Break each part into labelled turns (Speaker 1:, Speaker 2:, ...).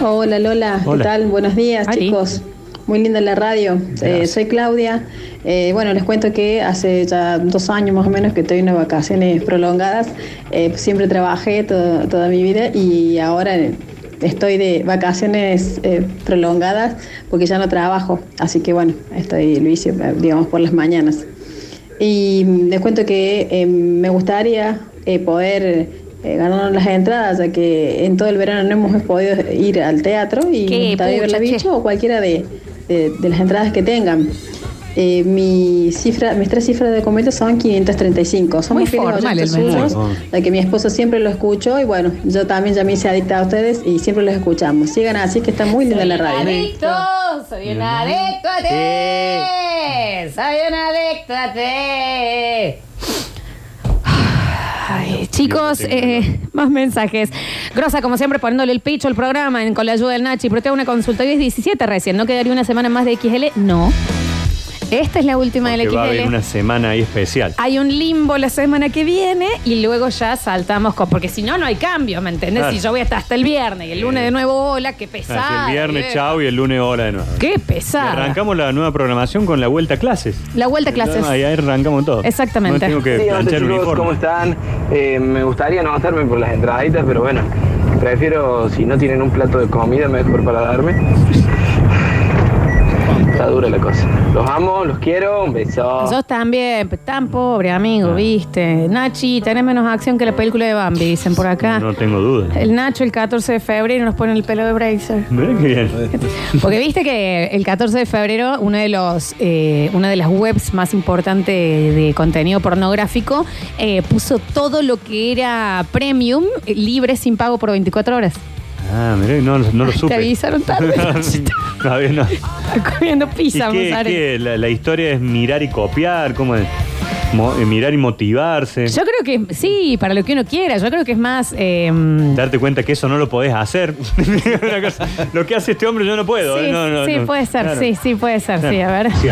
Speaker 1: Hola Lola, ¿qué
Speaker 2: Hola.
Speaker 1: tal? Buenos días
Speaker 3: Ari.
Speaker 1: chicos. Muy linda la radio. Eh, soy Claudia. Eh, bueno, les cuento que hace ya dos años más o menos que estoy en unas vacaciones prolongadas. Eh, siempre trabajé to- toda mi vida y ahora eh, estoy de vacaciones eh, prolongadas porque ya no trabajo. Así que bueno, estoy, lo hice, eh, digamos, por las mañanas. Y mm, les cuento que eh, me gustaría eh, poder eh, ganar las entradas, ya que en todo el verano no hemos podido ir al teatro y
Speaker 3: Qué
Speaker 1: también ver la
Speaker 3: pucha, che.
Speaker 1: bicha o cualquiera de, de- de las entradas que tengan. Eh, mi cifra, mis tres cifras de cometa son 535. Somos
Speaker 3: Muy
Speaker 1: fieles
Speaker 3: formal
Speaker 1: oyentes
Speaker 3: el mensaje.
Speaker 1: suyos, ya que mi esposo siempre lo escuchó y bueno, yo también ya me hice adicta a ustedes y siempre los escuchamos. Sigan así que está muy linda la radio.
Speaker 4: Adicto, soy un adicto a ti. Soy un adicto a ti.
Speaker 3: Ay, chicos, eh, más mensajes. Grosa, como siempre, poniéndole el pecho al programa en- con la ayuda del Nachi. Pero tengo una consulta. Hoy es 17 recién. ¿No quedaría una semana más de XL? No. Esta es la última
Speaker 2: Porque
Speaker 3: de Ah,
Speaker 2: va a
Speaker 3: la
Speaker 2: haber
Speaker 3: XL.
Speaker 2: una semana ahí especial.
Speaker 3: Hay un limbo la semana que viene y luego ya saltamos con. Porque si no, no hay cambio, ¿me entendés?
Speaker 2: Claro.
Speaker 3: Si yo voy hasta, hasta el viernes y el lunes de nuevo, hola, qué
Speaker 2: Así
Speaker 3: pesado. eh.
Speaker 2: el viernes, chao, y el lunes, hola de nuevo.
Speaker 3: Qué
Speaker 2: Y
Speaker 3: pesado.
Speaker 2: arrancamos la nueva programación con la vuelta a clases.
Speaker 3: Ah. La vuelta a clases.
Speaker 2: Ahí, ahí arrancamos todo. No
Speaker 3: Exactamente.
Speaker 2: tengo que
Speaker 5: Sí, hola
Speaker 2: planchar
Speaker 5: chicos,
Speaker 2: uniforme.
Speaker 5: ¿cómo están? Eh, me gustaría no hacerme por las entraditas, pero bueno, prefiero si no tienen un plato de comida mejor para darme. Está dura la cosa. Los amo, los quiero, un beso.
Speaker 3: Yo también, pero tan pobre, amigo,
Speaker 2: Ah.
Speaker 3: viste. Nachi, tenés menos acción que la película de Bambi, dicen por acá.
Speaker 2: No tengo duda.
Speaker 3: El Nacho el 14 de febrero nos pone el pelo de Bracer.
Speaker 2: Mirá qué bien.
Speaker 3: Porque viste que el 14 de febrero una de los eh, una de las webs más importantes de contenido pornográfico eh, puso todo lo que era premium eh, libre sin pago por 24 horas.
Speaker 2: Ah, mirá, no, no lo supe.
Speaker 3: avisaron tarde, Nachito.
Speaker 2: Todavía no.
Speaker 3: Comiendo
Speaker 2: ¿Y
Speaker 3: pizza,
Speaker 2: qué,
Speaker 3: Gonzalo.
Speaker 2: qué? La, la historia es mirar y copiar, ¿cómo es? Mo- eh, mirar y motivarse.
Speaker 3: Yo creo que sí, para lo que uno quiera. Yo creo que es más. eh,
Speaker 2: Darte cuenta que eso no lo podés hacer. Una cosa, lo que hace este hombre yo no puedo.
Speaker 3: sí,
Speaker 2: eh, no, no,
Speaker 3: sí,
Speaker 2: no.
Speaker 3: puede ser,
Speaker 2: Claro.
Speaker 3: sí, sí, puede ser, sí, a ver.
Speaker 2: Sí,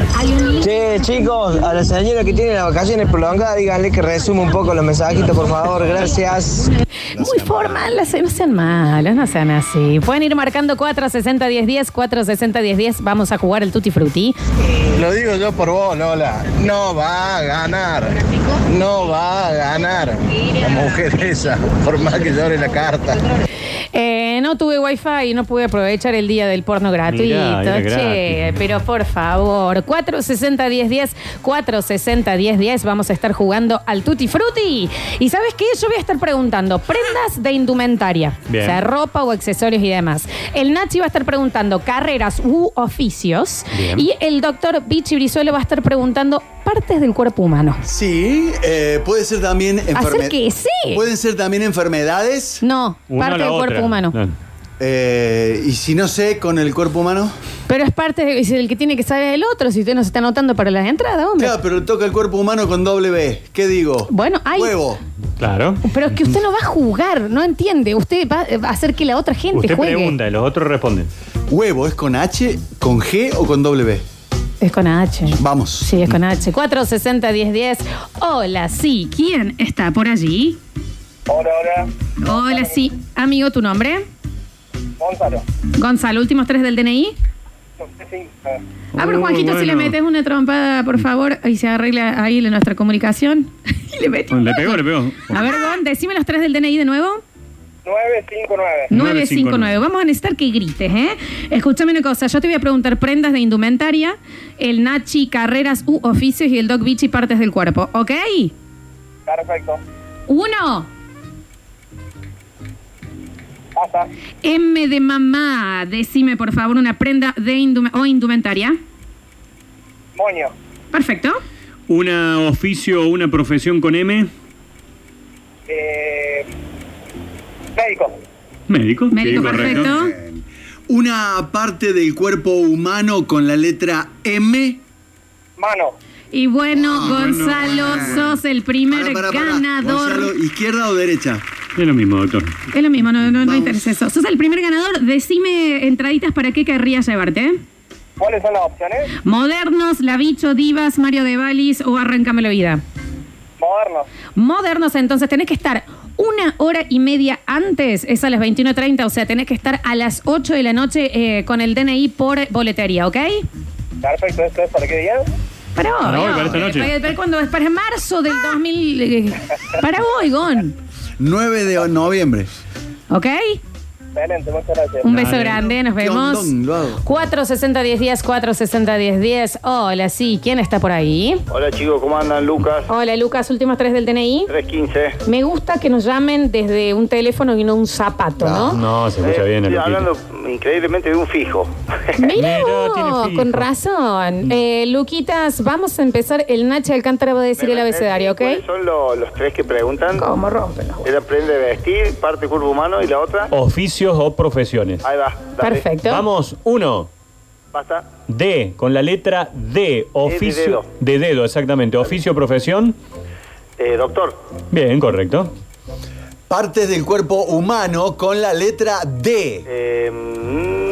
Speaker 6: Che, chicos, a la señora que tiene las vacaciones prolongadas, díganle que resuma un poco los mensajitos, por favor. Gracias.
Speaker 3: Muy formal, las- no sean malos, no sean así. Pueden ir marcando 460 1010, 460 1010. Vamos a jugar el Tutti Frutti.
Speaker 7: Lo digo yo por vos, Lola. No va a ganar. No va a ganar. La mujer esa, por más que llore la carta.
Speaker 3: Eh, no tuve wifi y no pude aprovechar el día del porno gratuito.
Speaker 2: Mirá, era
Speaker 3: che,
Speaker 2: gratis.
Speaker 3: pero por favor, 460 1010, 460 1010. Vamos a estar jugando al Tutti Frutti. ¿Y sabes qué? Yo voy a estar preguntando prendas de indumentaria,
Speaker 2: Bien.
Speaker 3: o sea, ropa o accesorios y demás. El Nachi va a estar preguntando carreras u oficios.
Speaker 2: Bien.
Speaker 3: Y el doctor Vichy Brizuelo va a estar preguntando partes del cuerpo humano.
Speaker 8: Sí, eh, puede ser también
Speaker 3: ¿Hacer que
Speaker 8: enfermedades.
Speaker 3: sí?
Speaker 8: Pueden ser también enfermedades.
Speaker 3: No,
Speaker 2: Una a
Speaker 3: parte
Speaker 2: la
Speaker 3: del
Speaker 2: otra.
Speaker 3: cuerpo humano.
Speaker 2: No.
Speaker 8: Eh, y si no sé, con el cuerpo humano.
Speaker 3: Pero es parte de- es el que tiene que saber el otro, si usted nos está anotando para las entradas, hombre.
Speaker 8: Claro, pero toca el cuerpo humano con doble B. ¿Qué digo?
Speaker 3: Bueno, hay-
Speaker 8: Huevo.
Speaker 2: Claro.
Speaker 3: Pero es que usted no va a jugar, no entiende. Usted va a hacer que la otra gente
Speaker 2: Usted
Speaker 3: juegue.
Speaker 2: pregunta y los otros responden.
Speaker 8: Huevo, ¿es con H, con G o con doble B?
Speaker 3: Es con H.
Speaker 8: Vamos.
Speaker 3: Sí, es con H. 460-1010. Hola, sí. ¿Quién está por allí?
Speaker 5: Hola, hola,
Speaker 3: Hola, sí. Amigo, ¿tu nombre?
Speaker 5: Gonzalo.
Speaker 3: Gonzalo, últimos tres del DNI. Ah, pero
Speaker 2: Oh,
Speaker 3: Juanjito, si le
Speaker 2: bueno.
Speaker 3: metes una trompada, por favor, y se arregla ahí la- nuestra comunicación. y le metí un
Speaker 2: Le pegó,
Speaker 3: huevo.
Speaker 2: le pegó.
Speaker 3: A ver, Gon, decime los tres del DNI de nuevo.
Speaker 5: 959.
Speaker 3: 959. Vamos a necesitar que grites, ¿eh? Escúchame una cosa. Yo te voy a preguntar prendas de indumentaria, el Nachi, carreras u oficios y el Doc Bichi partes del cuerpo. ¿Ok?
Speaker 5: Perfecto.
Speaker 3: Uno.
Speaker 5: Pasa.
Speaker 3: M de mamá. Decime, por favor, una prenda de indume- o indumentaria.
Speaker 5: Moño.
Speaker 3: Perfecto.
Speaker 2: ¿Una oficio o una profesión con M?
Speaker 5: Eh, médico.
Speaker 2: Médico.
Speaker 3: Médico, perfecto.
Speaker 8: Una parte del cuerpo humano con la letra M.
Speaker 5: Mano.
Speaker 3: Y bueno, Gonzalo, sos el primer
Speaker 8: Ah, Pará, pará, pará.
Speaker 3: ganador.
Speaker 8: Gonzalo, ¿Izquierda o derecha?
Speaker 2: Es lo mismo, doctor.
Speaker 3: Es lo mismo, no, no, no
Speaker 8: Vamos.
Speaker 3: interesa eso. Sos el primer ganador. Decime entraditas para qué querrías llevarte. ¿eh?
Speaker 5: ¿Cuáles son las opciones?
Speaker 3: Modernos, La Bicho, Divas, Mario de Valis o Arrancame la Vida.
Speaker 5: Modernos.
Speaker 3: Modernos, entonces tenés que estar una hora y media antes, es a las 21.30, o sea, tenés que estar a las 8 de la noche eh, con el DNI por boletería, ¿ok?
Speaker 5: Perfecto, esto es para qué día.
Speaker 3: Para hoy.
Speaker 2: Para hoy,
Speaker 3: no.
Speaker 2: para esta noche.
Speaker 3: Para, para cuando es para marzo del 2000. eh, Para hoy, Gon.
Speaker 8: 9 de noviembre.
Speaker 3: ¿Ok?
Speaker 5: Excelente, muchas gracias.
Speaker 3: Un beso
Speaker 2: Dale.
Speaker 3: grande, nos
Speaker 8: Qué
Speaker 3: vemos.
Speaker 8: hondón, lo hago.
Speaker 3: 460-1010, 460-1010. Hola, sí, ¿quién está por ahí?
Speaker 9: Hola chicos, ¿cómo andan? Lucas,
Speaker 3: Hola, Lucas, últimas tres del DNI.
Speaker 9: 315.
Speaker 3: Me gusta que nos llamen desde un teléfono y no un zapato, ¿no?
Speaker 2: No, se escucha
Speaker 9: Eh,
Speaker 2: bien el
Speaker 9: estoy
Speaker 2: loquito.
Speaker 9: hablando increíblemente de un fijo.
Speaker 3: Mira,
Speaker 2: Mirá, tiene fijo.
Speaker 3: con razón. Eh, Luquitas, vamos a empezar. El Nachi Alcántara va a decir el abecedario, ¿ok?
Speaker 9: ¿Cuáles son lo- los tres que preguntan?
Speaker 3: ¿Cómo rompen los
Speaker 9: Él aprende a vestir, parte cuerpo humano y la otra.
Speaker 2: Oh. Oficios o
Speaker 3: Ah,
Speaker 2: profesiones.
Speaker 9: Ahí va. dale.
Speaker 3: Perfecto.
Speaker 2: Vamos, uno.
Speaker 9: Basta.
Speaker 2: D, con la letra D, oficio.
Speaker 9: dedo.
Speaker 2: De dedo, exactamente. Oficio, profesión.
Speaker 9: Eh, doctor,
Speaker 2: Bien, correcto.
Speaker 8: Partes del cuerpo humano con la letra D.
Speaker 9: eh, mm,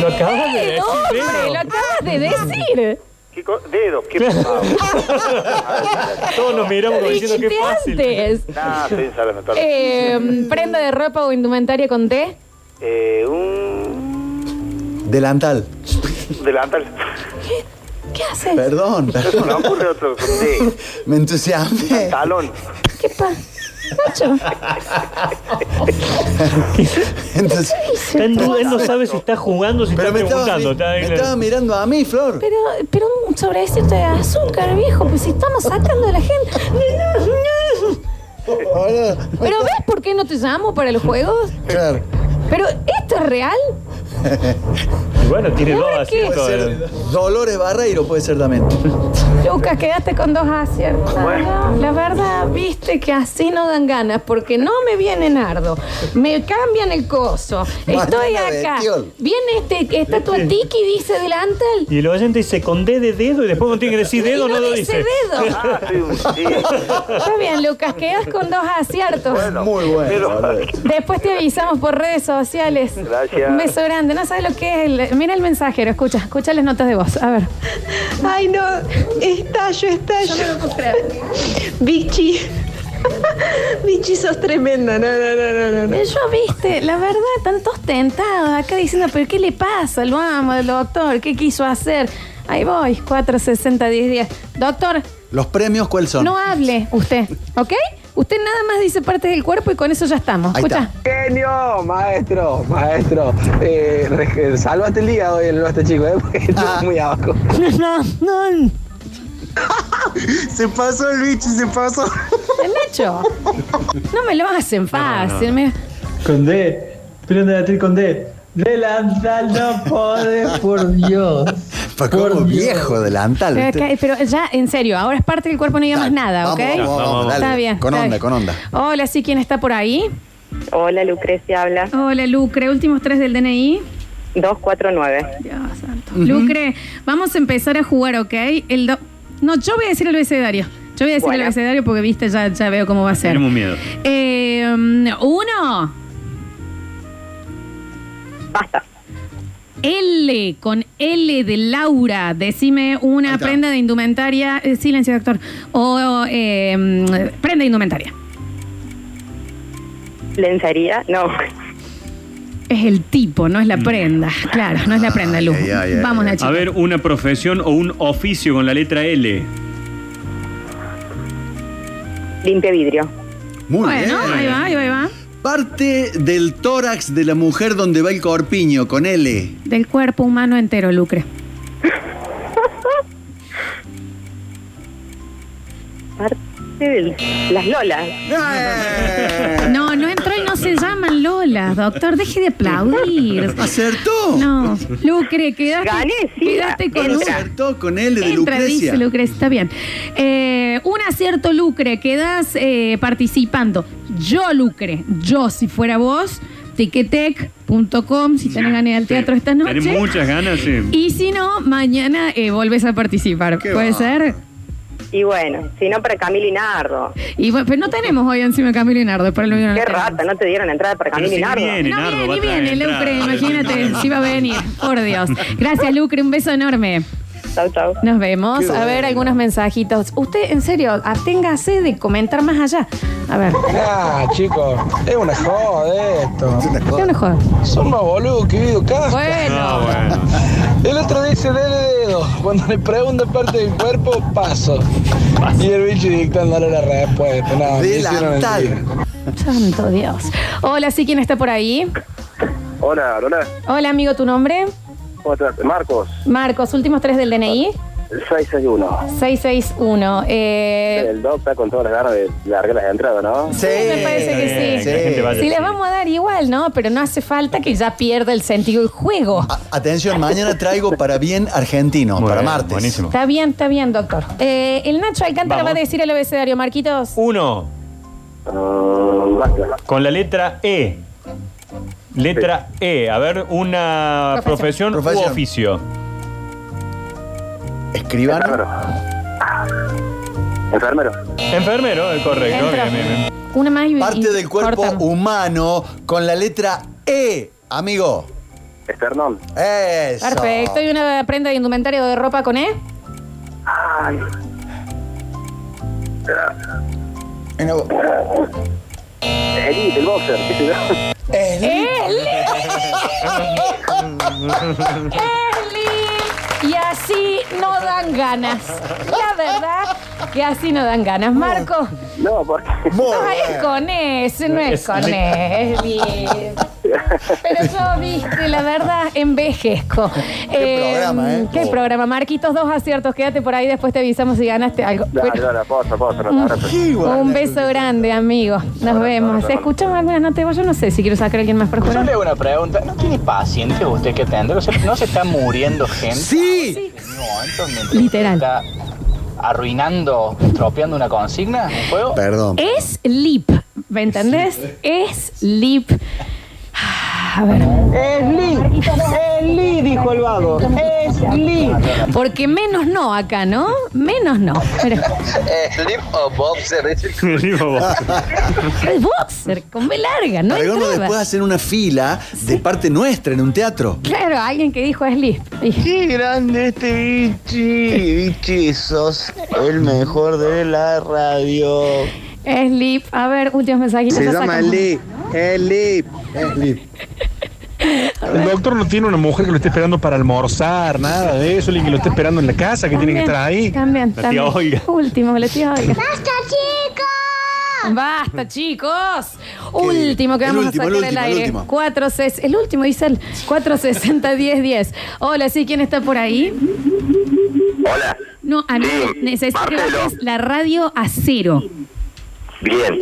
Speaker 2: Lo acabas de decir.
Speaker 3: ¡Hombre,
Speaker 2: dedo.
Speaker 3: lo acabas de decir!
Speaker 9: ¿qué co- dedo, qué
Speaker 2: Claro.
Speaker 9: pesado.
Speaker 2: Todos nos miramos
Speaker 3: Lo
Speaker 2: como diciendo
Speaker 3: dijiste
Speaker 2: que fácil.
Speaker 3: antes.
Speaker 9: Nah, estoy en sala mental.
Speaker 3: Eh, prenda de ropa o indumentaria con T.
Speaker 9: Eh, un
Speaker 8: Delantal.
Speaker 9: delantal.
Speaker 3: ¿Qué haces?
Speaker 8: Perdón,
Speaker 9: No
Speaker 8: perdón.
Speaker 9: me ocurre otro con D.
Speaker 8: Me entusiasmé.
Speaker 9: Talón.
Speaker 3: ¿Qué pasa? Nacho,
Speaker 8: Entonces-
Speaker 2: Está en duda, él no sabe si está jugando, si
Speaker 8: pero
Speaker 2: está
Speaker 8: me estaba,
Speaker 2: preguntando.
Speaker 8: mi-
Speaker 2: está ahí,
Speaker 8: me estaba mirando a mí, Flor.
Speaker 3: pero, pero un sobrecito de azúcar, viejo, pues si estamos sacando a la gente.
Speaker 8: Ahora-
Speaker 3: ¿Pero ves por qué no te llamo para los juegos?
Speaker 8: Claro.
Speaker 3: ¿Pero esto es real?
Speaker 2: Y bueno, tiene
Speaker 3: ¿Y
Speaker 2: dos
Speaker 3: ahora qué?
Speaker 2: aciertos.
Speaker 8: Puede
Speaker 2: eh.
Speaker 8: ser Dolores Barreiro puede ser también.
Speaker 3: Lucas, quedaste con dos aciertos. ¿no? La verdad, viste que así no dan ganas, porque no me viene Nardo. Me cambian el coso. Estoy
Speaker 8: Mariana
Speaker 3: acá.
Speaker 8: Bettiol.
Speaker 3: Viene este, esta tu tiki, dice delantal.
Speaker 2: Y el oyente dice con D de dedo y después cuando tiene que decir dedo
Speaker 3: Y
Speaker 2: no, lo
Speaker 3: dice
Speaker 2: dice.
Speaker 3: dedo.
Speaker 9: Ah, soy un sí.
Speaker 3: Está bien, Lucas, quedas con dos aciertos.
Speaker 9: Bueno,
Speaker 8: Muy bueno. Dolores.
Speaker 3: Después te avisamos por redes sociales.
Speaker 9: Gracias.
Speaker 3: Un beso grande. No sabes lo que es. el- Mira el mensajero. Escucha, escucha las notas de voz. A ver.
Speaker 1: Ay, no, estallo, estallo. Vichy. Vichy, sos tremenda. No, no, no, no, no, no.
Speaker 3: Yo, viste, la verdad, están todos tentados acá diciendo, pero ¿qué le pasa? Lo amo, el doctor. ¿Qué quiso hacer? Ahí voy, 460, 10 días. Doctor,
Speaker 8: ¿Los premios cuáles son?
Speaker 3: no hable usted, ¿ok? Usted nada más dice partes del cuerpo y con eso ya estamos.
Speaker 8: Ahí
Speaker 3: Escucha.
Speaker 8: está.
Speaker 5: Genio, maestro, maestro. Eh, re- salvaste el día hoy el este chico, ¿eh? Porque estuvo muy abajo.
Speaker 3: No, no.
Speaker 6: Se pasó el bicho, se pasó.
Speaker 3: Nacho, no me lo hacen fácil. me-
Speaker 10: Con D. Prende la tri con D. Delantal no podés, por Dios.
Speaker 8: Paco,
Speaker 10: Por Dios.
Speaker 8: viejo delantal.
Speaker 3: Pero,
Speaker 8: ¿viste?
Speaker 3: acá- pero ya, en serio, ahora es parte del cuerpo, Eh, no digas más
Speaker 8: Dale,
Speaker 3: nada, ¿ok?
Speaker 8: vamos, vamos, vamos,
Speaker 3: Está
Speaker 8: dale.
Speaker 3: bien.
Speaker 8: Con
Speaker 3: está
Speaker 8: onda,
Speaker 3: bien.
Speaker 8: con onda.
Speaker 3: Hola, sí, ¿quién está por ahí?
Speaker 4: Hola, Lucrecia habla.
Speaker 3: Hola, Lucre, últimos tres del DNI.
Speaker 4: 249.
Speaker 3: Dios santo. Lucre, vamos a empezar a jugar, ¿ok? El do- No, yo voy a decir el abecedario. Yo voy a decir el
Speaker 4: Bueno.
Speaker 3: abecedario porque, viste, ya, ya veo cómo va a ser.
Speaker 2: Tenemos miedo.
Speaker 3: Eh, uno,
Speaker 4: Basta.
Speaker 3: L con L de Laura. Decime
Speaker 8: Ahí
Speaker 3: una
Speaker 8: está.
Speaker 3: prenda de indumentaria. eh, silencio, doctor. O eh, mm, prenda de indumentaria.
Speaker 4: Lencería. No.
Speaker 3: Es el tipo, no es la prenda. Claro, no es la prenda, Lu.
Speaker 8: Ay, ay, ay,
Speaker 3: Vamos,
Speaker 8: ay.
Speaker 3: Nacho.
Speaker 2: A ver, una profesión o un oficio con la letra L.
Speaker 4: Limpia vidrio.
Speaker 8: Muy
Speaker 3: Bueno,
Speaker 8: bien.
Speaker 3: ahí va, ahí va, ahí va.
Speaker 8: Parte del tórax de la mujer donde va el corpiño, con L.
Speaker 3: Del cuerpo humano entero, Lucre.
Speaker 4: Parte del- Las lolas.
Speaker 3: No, no entró y no se llaman Lola, doctor. Deje de aplaudir.
Speaker 8: ¿Acertó?
Speaker 3: No, Lucre, quedaste,
Speaker 4: Gané, sí,
Speaker 3: quedaste con
Speaker 8: Bueno,
Speaker 3: un...
Speaker 8: acertó con L de
Speaker 3: Entra,
Speaker 8: Lucrecia.
Speaker 3: dice Lucrecia, está bien. Eh, un acierto, Lucre, quedas eh, participando. Yo, Lucre, yo, si fuera vos, tiquetec.com, si tenés ganas al teatro esta noche.
Speaker 2: Tenés muchas ganas, sí.
Speaker 3: Y si no, mañana eh, volvés a participar.
Speaker 8: Qué
Speaker 3: ¿Puede
Speaker 8: va.
Speaker 3: ser?
Speaker 4: Y bueno, si no para Camila y Nardo.
Speaker 3: Y bueno, pero no tenemos hoy encima a Camilo y Nardo, para lo mismo no
Speaker 4: Qué
Speaker 3: tenemos.
Speaker 4: rata, no te dieron entrada para
Speaker 2: Ah, Pero
Speaker 4: Camila y
Speaker 2: si
Speaker 4: Nardo.
Speaker 2: viene,
Speaker 3: No
Speaker 2: Nardo, va
Speaker 3: viene,
Speaker 2: a
Speaker 3: ni
Speaker 2: traer
Speaker 3: viene,
Speaker 2: entrada.
Speaker 3: Lucre, imagínate, si va a venir, por Dios. Gracias, Lucre, un beso enorme.
Speaker 11: Chau, chau.
Speaker 3: Nos vemos.
Speaker 11: Qué
Speaker 3: a ver,
Speaker 11: bueno.
Speaker 3: algunos mensajitos. Usted, en serio, aténgase de comentar más allá. A ver.
Speaker 6: Ah, chicos, es una joda esto. Es una
Speaker 3: joda.
Speaker 6: Son más boludos que vivo acá.
Speaker 3: Bueno.
Speaker 2: No, Ah, bueno.
Speaker 6: El otro dice dele dedo. Cuando le pregunta parte del cuerpo, paso. Y el bicho dictándole la respuesta. No, me hicieron
Speaker 12: Delantal.
Speaker 6: el día.
Speaker 3: Santo Dios. Hola, sí, ¿quién está por ahí?
Speaker 9: Hola, hola.
Speaker 3: Hola, amigo, ¿tu nombre?
Speaker 9: ¿Cómo estás? Marcos,
Speaker 3: Marcos, últimos tres del DNI.
Speaker 9: 661.
Speaker 3: 661. Eh,
Speaker 9: El doc está con todas las ganas de largar las entradas, ¿no?
Speaker 3: Sí, me parece que sí.
Speaker 9: sí. La gente vaya,
Speaker 3: Sí, le
Speaker 9: sí.
Speaker 3: vamos a dar igual, ¿no? Pero no hace falta que ya pierda el sentido del juego.
Speaker 8: Atención, mañana traigo para bien argentino, para martes. Buenísimo.
Speaker 3: Está bien, está bien, doctor. Eh, el Nacho Alcántara
Speaker 2: Vamos.
Speaker 3: va a decir el abecedario, Marquitos.
Speaker 2: Uno. Con la letra E. Letra E. A ver, una profesión,
Speaker 8: Profesión. Profesión.
Speaker 2: u oficio.
Speaker 8: Escribano.
Speaker 9: Enfermero.
Speaker 2: Enfermero, es correcto.
Speaker 3: Entra.
Speaker 2: Bien, bien, bien.
Speaker 3: Una más y
Speaker 8: Parte
Speaker 3: y
Speaker 8: del cuerpo
Speaker 3: cortamos.
Speaker 8: humano con la letra E, amigo.
Speaker 9: Esternón.
Speaker 8: Eso.
Speaker 3: Perfecto. ¿Y una prenda de indumentario de ropa con E?
Speaker 8: Venga, vos.
Speaker 9: Elite, el boxer, qué sé yo.
Speaker 3: Eli. Y así no dan ganas. La verdad que así no dan ganas. Marco.
Speaker 9: No, porque.
Speaker 3: No es con eso, no es
Speaker 9: Es-
Speaker 3: con eso. Pero yo, viste, la verdad, envejezco. Qué
Speaker 9: programa, ¿eh?
Speaker 3: Qué
Speaker 9: Oh.
Speaker 3: programa. Marquitos, dos aciertos. Quédate por ahí, después te avisamos si ganaste algo.
Speaker 9: Dale,
Speaker 3: Bueno,
Speaker 9: dale, posta, posta, no te
Speaker 3: un-
Speaker 9: agarres.
Speaker 3: un beso grande, amigo. Nos vemos. ¿Escuchamos alguna nota? de voz? Yo no sé si quiero sacar a alguien más por
Speaker 5: Yo
Speaker 3: jugar.
Speaker 5: le hago una pregunta. ¿No tiene paciencia usted que atender? O sea, ¿No se está muriendo gente?
Speaker 8: ¡Sí!
Speaker 3: Literal.
Speaker 5: ¿Está arruinando, estropeando una consigna? ¿Un juego?
Speaker 8: Perdón.
Speaker 3: Es LIP, ¿me entendés? Es LIP. Ah, A ver.
Speaker 6: Es Lee, es Lee, dijo el vago. Es Lee.
Speaker 3: Porque menos no acá, ¿no? Menos no. Pero-
Speaker 6: ¿Slip o boxer?
Speaker 3: El boxer, con B larga, no
Speaker 8: Para uno
Speaker 3: entraba.
Speaker 8: después hacer una fila de parte nuestra en un teatro.
Speaker 3: Claro, alguien que dijo es Lee.
Speaker 6: Qué grande este bichi. Bichi, sos el mejor de la radio.
Speaker 3: Es Lip. A ver, últimos mensajitos.
Speaker 13: Se
Speaker 3: ya
Speaker 13: llama
Speaker 3: sacamos.
Speaker 13: Lee. Es Lee.
Speaker 8: Eh,
Speaker 13: Es Lee.
Speaker 14: El doctor no tiene una mujer que lo esté esperando para almorzar, nada de eso, alguien que lo esté esperando en la casa, que tiene que
Speaker 3: También,
Speaker 14: estar ahí.
Speaker 3: También,
Speaker 14: La tía
Speaker 3: también.
Speaker 14: Olga.
Speaker 3: Último, la tía Olga. ¡Basta, chicos! ¡Basta, chicos! Último que
Speaker 15: El
Speaker 3: vamos
Speaker 15: último,
Speaker 3: a
Speaker 15: el
Speaker 3: sacar al
Speaker 15: último, el
Speaker 3: aire.
Speaker 15: último.
Speaker 3: 4, 6, el último, dice el 460 10 10. Hola, sí, ¿quién está por ahí?
Speaker 9: Hola,
Speaker 3: No, a mí necesito que
Speaker 9: Marcelo.
Speaker 3: bajes la radio a cero.
Speaker 9: bien.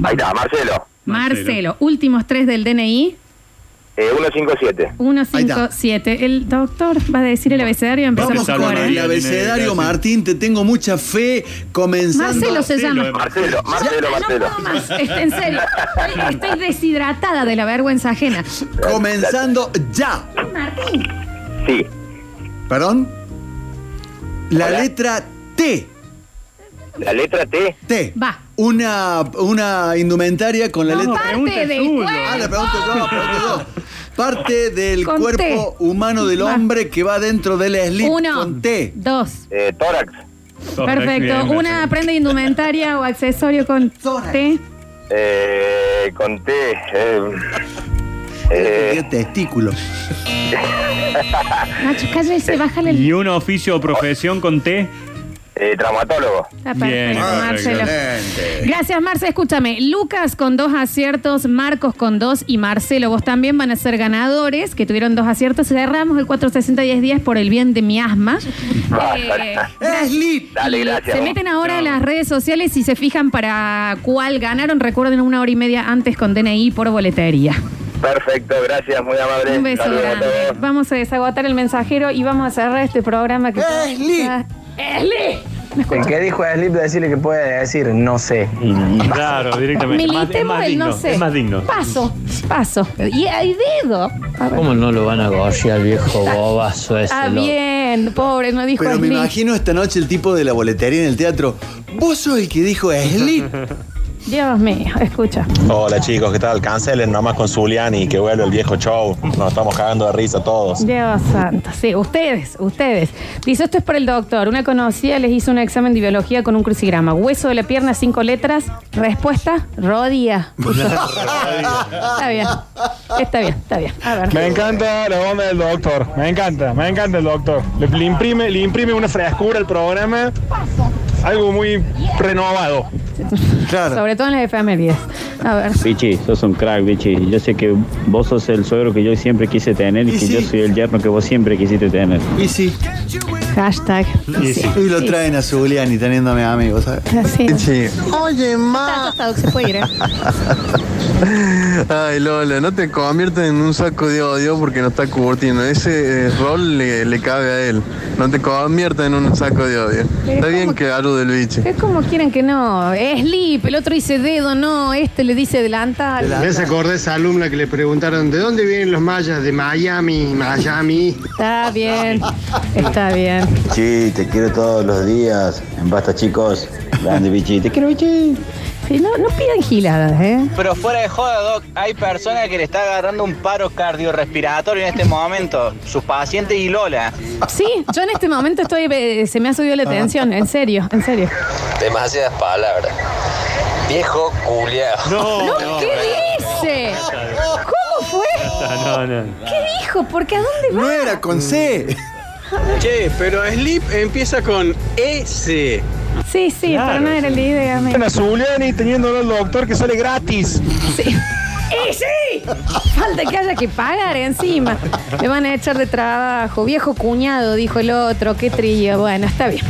Speaker 9: Ahí está, Marcelo.
Speaker 3: Marcelo, últimos tres del DNI.
Speaker 9: Eh, 157.
Speaker 3: 157. El doctor va a decir el abecedario y empezamos
Speaker 12: Vamos
Speaker 3: por
Speaker 12: con el abecedario, Martín. Te tengo mucha fe comenzando.
Speaker 3: Marcelo se llama.
Speaker 9: Marcelo,
Speaker 3: Marcelo, Marcelo. más. Este, en serio, estoy- estoy deshidratada de la vergüenza ajena.
Speaker 8: Comenzando ya.
Speaker 3: Martín.
Speaker 9: Sí.
Speaker 8: ¿Perdón? La letra T.
Speaker 9: La letra T.
Speaker 8: T.
Speaker 3: Va.
Speaker 8: Una, una indumentaria con la letra
Speaker 3: parte del cuerpo.
Speaker 8: Ah, la pregunto yo, la pregunto yo. Parte del
Speaker 3: Con
Speaker 8: cuerpo humano del
Speaker 3: Va.
Speaker 8: hombre que va dentro del slip
Speaker 3: Uno.
Speaker 8: con T.
Speaker 3: Dos.
Speaker 9: Eh, tórax.
Speaker 3: Perfecto. Una prenda indumentaria o accesorio con T.
Speaker 9: Eh, con T. Eh,
Speaker 8: testículo.
Speaker 3: Nacho, cállese, bájale el.
Speaker 2: Y un oficio o profesión con T.
Speaker 9: eh, traumatólogo.
Speaker 3: Está perfecto, Marcelo.
Speaker 2: excelente.
Speaker 3: Gracias, Marce. Escúchame. Lucas con dos aciertos, Marcos con dos y Marcelo, vos también van a ser ganadores que tuvieron dos aciertos. Cerramos el 460-1010 por el bien de mi asma. Eh,
Speaker 9: Dale, gracias.
Speaker 3: se meten ahora a las redes sociales y se fijan para cuál ganaron. Recuerden una hora y media antes con DNI por boletería.
Speaker 9: Perfecto, gracias, muy amable.
Speaker 3: Un beso
Speaker 9: Saludos a
Speaker 3: grande.
Speaker 9: todos.
Speaker 3: Vamos a desagotar el mensajero y vamos a cerrar este programa que ¡Esli! ¡Esli! ¿Me
Speaker 6: El que dijo a Slip decirle que puede decir no sé.
Speaker 2: Claro, directamente. Es más- es
Speaker 3: Militemos
Speaker 2: más
Speaker 3: del
Speaker 2: digno.
Speaker 3: no sé.
Speaker 2: Es más digno.
Speaker 3: Paso, paso. Y hay dedo. A ver.
Speaker 16: ¿Cómo no lo van a gorrear, viejo bobazo
Speaker 6: Este
Speaker 16: ese?
Speaker 3: Ah,
Speaker 16: loco?
Speaker 3: bien, pobre, no dijo
Speaker 8: Pero me
Speaker 3: Slim.
Speaker 8: imagino esta noche el tipo de la boletería en el teatro. Vos sos el que dijo Slip.
Speaker 3: Dios mío, escucha.
Speaker 9: Hola chicos, ¿qué tal? Cancelen nomás con Zulian y que vuelva el viejo show. Nos estamos cagando de risa todos.
Speaker 3: Dios santo. Sí, ustedes, ustedes. Dice, esto es por el doctor. Una conocida les hizo un examen de biología con un crucigrama. Hueso de la pierna, cinco letras. Respuesta, rodilla. está bien, está bien, está bien. A ver.
Speaker 2: Me encanta la onda del doctor. Me encanta, me encanta el doctor. Le, le imprime, le imprime una frescura al programa. Algo muy renovado.
Speaker 3: Sobre todo en las efemérides. A ver.
Speaker 12: Bichi, sos un crack, Bichi. Yo sé que vos sos el suegro que yo siempre quise tener y,
Speaker 3: Y
Speaker 12: que
Speaker 3: sí.
Speaker 12: yo soy el yerno que vos siempre quisiste tener.
Speaker 8: Y sí.
Speaker 3: Hashtag.
Speaker 8: Y,
Speaker 3: sí.
Speaker 8: lo traen a Zulian y teniéndome a amigos, ¿sabes?
Speaker 3: Sí.
Speaker 8: Sí.
Speaker 5: Oye,
Speaker 3: ma. Se puede ir, ¿eh?
Speaker 5: Ay, Lola, no te conviertas en un saco de odio porque no está curtiendo. Ese eh, rol le, le cabe a él. No te conviertas en un saco de odio.
Speaker 3: Pero
Speaker 5: Está bien
Speaker 3: ¿cómo?
Speaker 5: que ayude el bicho.
Speaker 3: Es como quieren que no. Sleep, el otro dice dedo, no. Este le dice delantal.
Speaker 17: ¿Ves acordé esa alumna que le preguntaron de dónde vienen los mayas? De Miami, Miami.
Speaker 3: Está bien, está bien.
Speaker 18: Bichi, te quiero todos los días. En basta, chicos. Grande, bichi. Te quiero, bichi.
Speaker 3: Sí, no, no pidan giladas, ¿eh?
Speaker 6: Pero fuera de joda, Doc, hay personas que le está agarrando un paro cardiorrespiratorio en este momento. Sus pacientes y Lola.
Speaker 3: Sí, yo en este momento estoy. eh, Se me ha subido la tensión, en serio, en serio.
Speaker 19: Demasiadas palabras. Viejo culiao.
Speaker 20: No,
Speaker 3: ¿Qué dice? ¿Cómo fue?
Speaker 20: No,
Speaker 2: Ah,
Speaker 20: no.
Speaker 3: ¿Qué dijo? Porque a dónde va? No
Speaker 8: era con C.
Speaker 21: Che, pero Sleep empieza con S.
Speaker 3: Sí, sí,
Speaker 21: Claro,
Speaker 3: pero no era la idea. me-
Speaker 2: Una Zulian y teniéndolo al doctor que sale gratis.
Speaker 3: ¡Y sí! Falta que haya que pagar encima. Me van a echar de trabajo. Viejo cuñado, dijo el otro. Qué trillo. Bueno, está bien.